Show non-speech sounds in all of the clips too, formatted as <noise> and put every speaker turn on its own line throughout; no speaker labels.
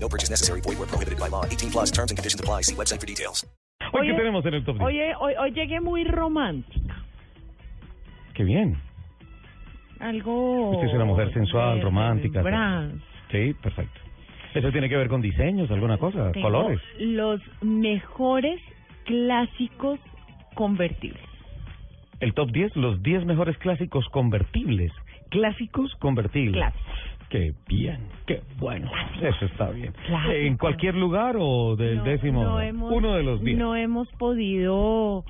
No purchase necessary. Void where prohibited by law. 18 plus terms and conditions apply. See website for details.
Hoy, ¿qué
Oye,
tenemos en el top 10?
Oye, hoy, hoy llegué muy romántica.
Qué bien.
Algo.
Usted es una
oh,
mujer sensual, romántica.
Bras.
Sí, perfecto. ¿Eso tiene que ver con diseños, alguna cosa?
Tengo
¿Colores?
Los mejores clásicos convertibles.
El top 10, los 10 mejores clásicos convertibles. Clásicos convertibles.
Clásicos.
Qué bien, qué bueno. Eso está bien.
Clásicos.
¿En cualquier lugar o del
No,
décimo?
no hemos-
uno de los 10.
No hemos podido.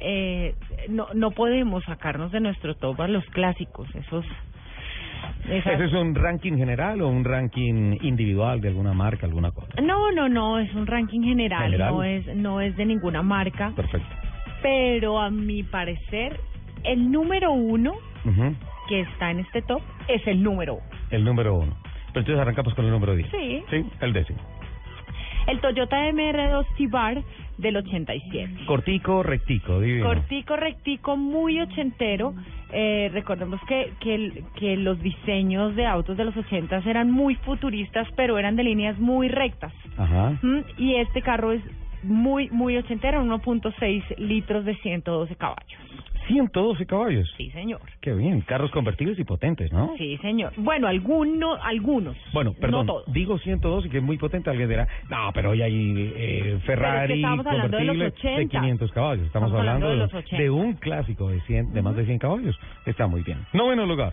Eh, no, no podemos sacarnos de nuestro top a los clásicos. Esos. esas-
¿Ese es un ranking general o un ranking individual de alguna marca, alguna cosa?
No, no, no, es un ranking general,
General.
No, es, no es de ninguna marca,
Perfecto.
pero a mi parecer el número uno
Ujú.
que está en este top es el número uno.
El número uno. Pero entonces arrancamos con el número 10.
Sí.
Sí, el décimo.
El Toyota MR2 T-Bar del 87.
Cortico, rectico, divino.
Cortico, rectico, muy ochentero. Eh, recordemos que, que, el- que los diseños de autos de los ochentas eran muy futuristas, pero eran de líneas muy rectas.
Ajá.
¿Mm? Y este carro es muy, muy ochentero, 1.6 litros de 112 caballos.
112 caballos.
Sí, señor.
Qué bien, carros convertibles y potentes, ¿no?
Sí, señor. Bueno, alguno, algunos.
Bueno, perdón,
No todos.
digo 112 que es muy potente, alguien dirá, no, pero hoy hay eh, Ferrari
Pero es que estamos hablando de los
convertible
80.
500 caballos, estamos,
Estamos hablando de
de,
los 80.
de un clásico de 100, de más de 100 caballos, está muy bien. Noveno lugar,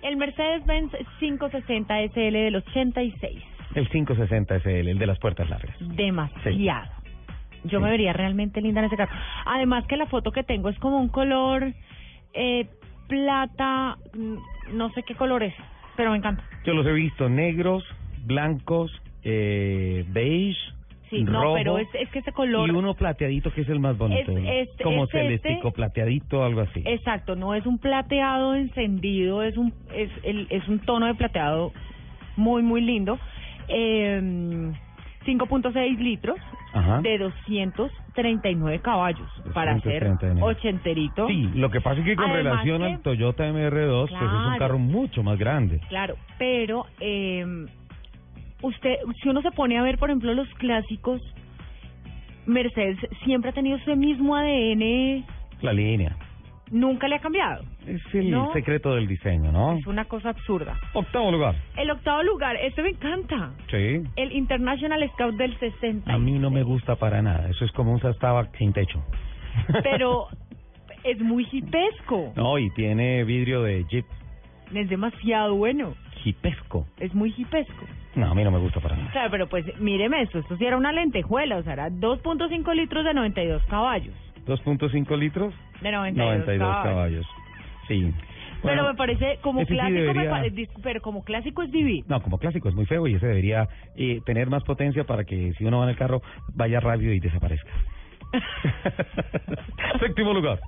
El Mercedes-Benz 560 SL del 86.
el 560 SL, el de las puertas largas.
demasiado. Yo
Sí.
me vería realmente linda en ese carro. Además que la foto que tengo es como un color eh, plata, n- no sé qué color es, pero me encanta.
Yo los he visto negros, blancos, eh, beige,
Sí,
rojo,
no, pero es, es que ese este color...
y uno plateadito que es el más bonito,
Es-
¿no?
es-
como
es
celestico,
este.
plateadito, algo así.
Exacto, no es un plateado encendido, es un, es, el, es un tono de plateado muy, muy lindo. Eh, 5.6 litros
Ajá.
de 239 caballos para ser
239.
ochenterito.
Sí, lo que pasa es que con
Además
relación
que-
al Toyota MR2, pues es un
Claro.
carro mucho más grande.
Claro, pero eh, usted, si uno se pone a ver, por ejemplo, los clásicos, Mercedes siempre ha tenido ese mismo ADN,
La línea.
nunca le ha cambiado.
Es el
No.
secreto del diseño, ¿no?
Es una cosa absurda.
Octavo lugar.
El octavo lugar, este me encanta.
Sí.
El International Scout del 60.
A mí no me gusta para nada. Eso es como un Sastabak sin techo.
Pero es muy hipesco.
<laughs> No, y tiene vidrio de jeep
Es demasiado bueno.
hipesco.
Es muy hipesco.
No, a mí no me gusta para
<laughs>
nada.
Claro, pero pues míreme esto. Esto sí era una lentejuela. O sea, era 2.5 litros de 92 caballos.
2.5 litros,
De 92,
92
caballos.
caballos. Sí.
Pero
Bueno,
me parece como
ese sí
clásico, me
debería-
pare- dis- pero como clásico es divino.
No, como clásico es muy feo y ese debería eh, tener más potencia para que si uno va en el carro vaya rápido y
<laughs>
desaparezca. Séptimo lugar.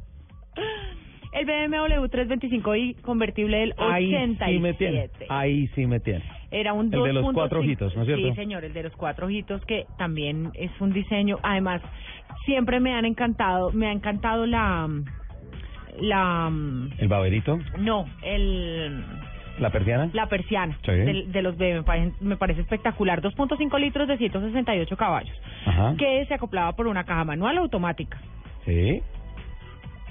El BMW 325i convertible del
Ahí sí me tiene.
87.
Ahí sí me tiene.
Era un
El de los
2.5.
cuatro ojitos, ¿no es cierto?
Sí, señor, el de los cuatro ojitos que también es un diseño. Además, siempre me han encantado, me ha encantado la la
El baberito,
no, el
la persiana.
la persiana
Sí.
del- de, los BMW, me parece, me parece espectacular, 2.5 litros de 168 caballos,
Ajá.
que se acoplaba por una caja manual o automática.
Sí.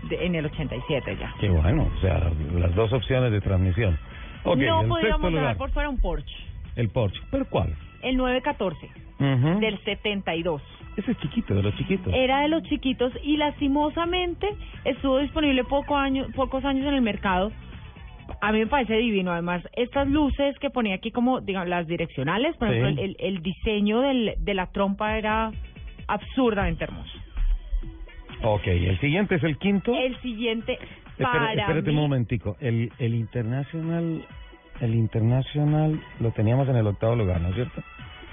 de- en el 87 ya.
Qué bueno. O sea, las dos opciones de transmisión. Ok,
no
el sexto
podíamos
lugar.
dejar por fuera un Porsche.
El Porsche. ¿Pero cuál?
El 914
Ujú.
del Eh. 72.
Ese es chiquito, de los chiquitos.
Era de los chiquitos y lastimosamente estuvo disponible poco año, pocos años en el mercado. A mí me parece divino. Además, estas luces que ponía aquí como, digamos, las direccionales, por
Sí.
ejemplo, el, el diseño del, de la trompa era absurdamente hermoso.
Ok, el siguiente es el quinto.
El siguiente,
Espera-
para
espérate un
mí,
momentico. El, el International, el International lo teníamos en el octavo lugar, ¿no es cierto?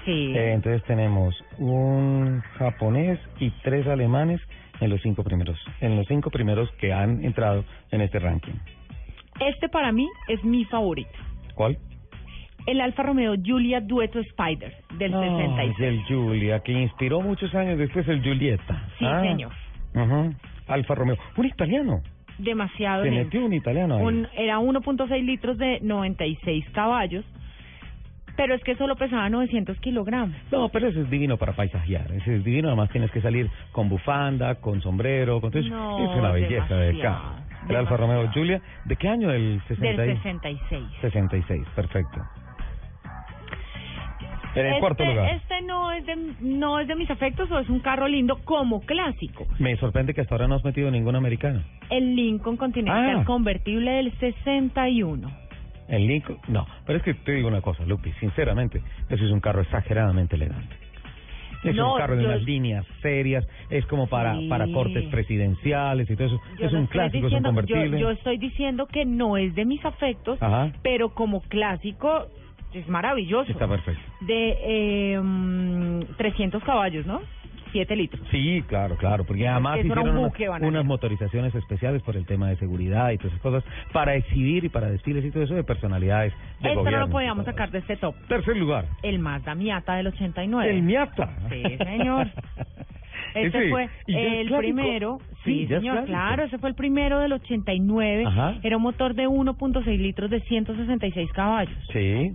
Sí.
Eh, entonces tenemos un japonés y tres alemanes en los cinco primeros, en los cinco primeros que han entrado en este ranking.
Este para mí es mi favorito.
¿Cuál?
El Alfa Romeo Julia Dueto Spider del
Ay,
66.
el Ah, Julia, que inspiró muchos años después el Julieta.
Sí,
Ah,
señor.
ujú. Alfa Romeo. Un italiano.
Demasiado
Se
lindo.
metió un italiano ahí.
Un- era 1.6 litros de 96 caballos, pero es que solo pesaba 900 kilogramos.
No, pero ese es divino para paisajear. Ese es divino. Además, tienes que salir con bufanda, con sombrero. Con todo eso.
No,
es una belleza de
demasiado,
acá. El Alfa Romeo
demasiado.
Julia. ¿De qué año? El 60
Del
y-
66.
66. Perfecto. En el
este,
cuarto lugar.
Este no es, de, no es de mis afectos o es un carro lindo como clásico.
Me sorprende que hasta ahora no has metido ningún americano.
El Lincoln Continental
Ah.
convertible del 61.
El Lincoln. No, pero es que te digo una cosa, Lupi. Sinceramente, eso es un carro exageradamente elegante. Es
No,
un carro de
yo-
unas líneas serias, es como para,
Sí.
para cortes presidenciales y todo eso.
Yo
es
no
un
estoy
clásico, es
diciendo-
un
yo-
convertible.
Yo, estoy diciendo que no es de mis afectos,
Ajá.
pero como clásico es maravilloso.
Está perfecto.
de eh, mm, 300 caballos, ¿no? 7 litros.
Sí, claro, claro, porque además
Eso era un
hicieron unas,
buque bananero.
unas motorizaciones especiales por el tema de seguridad y todas esas cosas para exhibir y para desfiles y todo eso de personalidades de
Este no
gobiernos
lo
y
podíamos
todo
sacar
eso.
de este top.
Tercer lugar,
El Mazda Miata del 89.
el Miata.
Sí,
<laughs>
señor. Este
Ese,
fue
¿y ya es
el
clásico?
primero, sí,
Sí, ya es
señor,
clásico.
claro, ese fue el primero del 89,
Ajá.
era un motor de 1.6 litros de 166 caballos
Sí,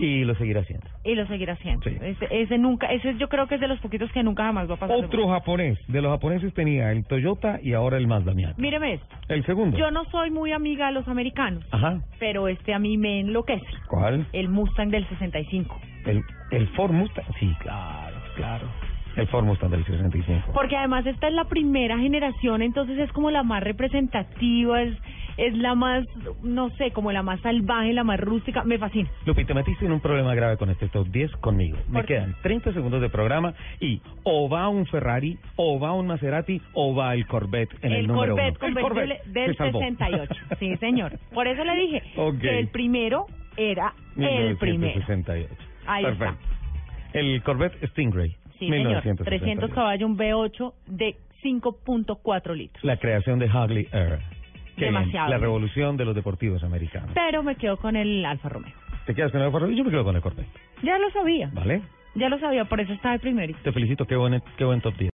y lo seguirá haciendo.
y lo seguirá haciendo.
Sí.
Ese, ese nunca, ese yo creo que es de los poquitos que nunca jamás va a pasar. de
Otro
moda.
japonés, de los japoneses tenía el Toyota y ahora el Mazda Miata.
Míreme esto,
El segundo.
yo no soy muy amiga de los americanos,
Ajá.
pero este a mí me enloquece.
¿Cuál?
el Mustang del 65.
El, el Ford Mustang. Sí, claro, claro. El Ford Mustang del 65.
Porque además esta es la primera generación, entonces es como la más representativa, es, es la más, no sé, como la más salvaje, la más rústica. Me fascina.
Lupi, te metiste en un problema grave con este top 10 conmigo. Me
¿Por qué?
quedan 30 segundos de programa y o va un Ferrari, o va un Maserati, o va el Corvette en el,
el
número
Corvette
uno. El
convertible
Corvette
del
se salvó.
68.
<laughs>
Sí, señor. Por eso le dije
Ok.
que el primero era el primero.
1968.
Ahí está.
Perfecto. El Corvette Stingray.
Sí, señor.
1968.
300 caballos, un V8 de 5.4 litros.
La creación de Hagley Air. Qué bien.
Demasiado.
La revolución de los deportivos americanos.
Pero me quedo con el Alfa Romeo.
¿Te quedas con el Corvette? Yo me quedo con el Corvette.
Ya lo sabía,
¿Vale?
ya lo sabía, por eso estaba el primerito.
Te felicito. Qué buen, qué buen top 10.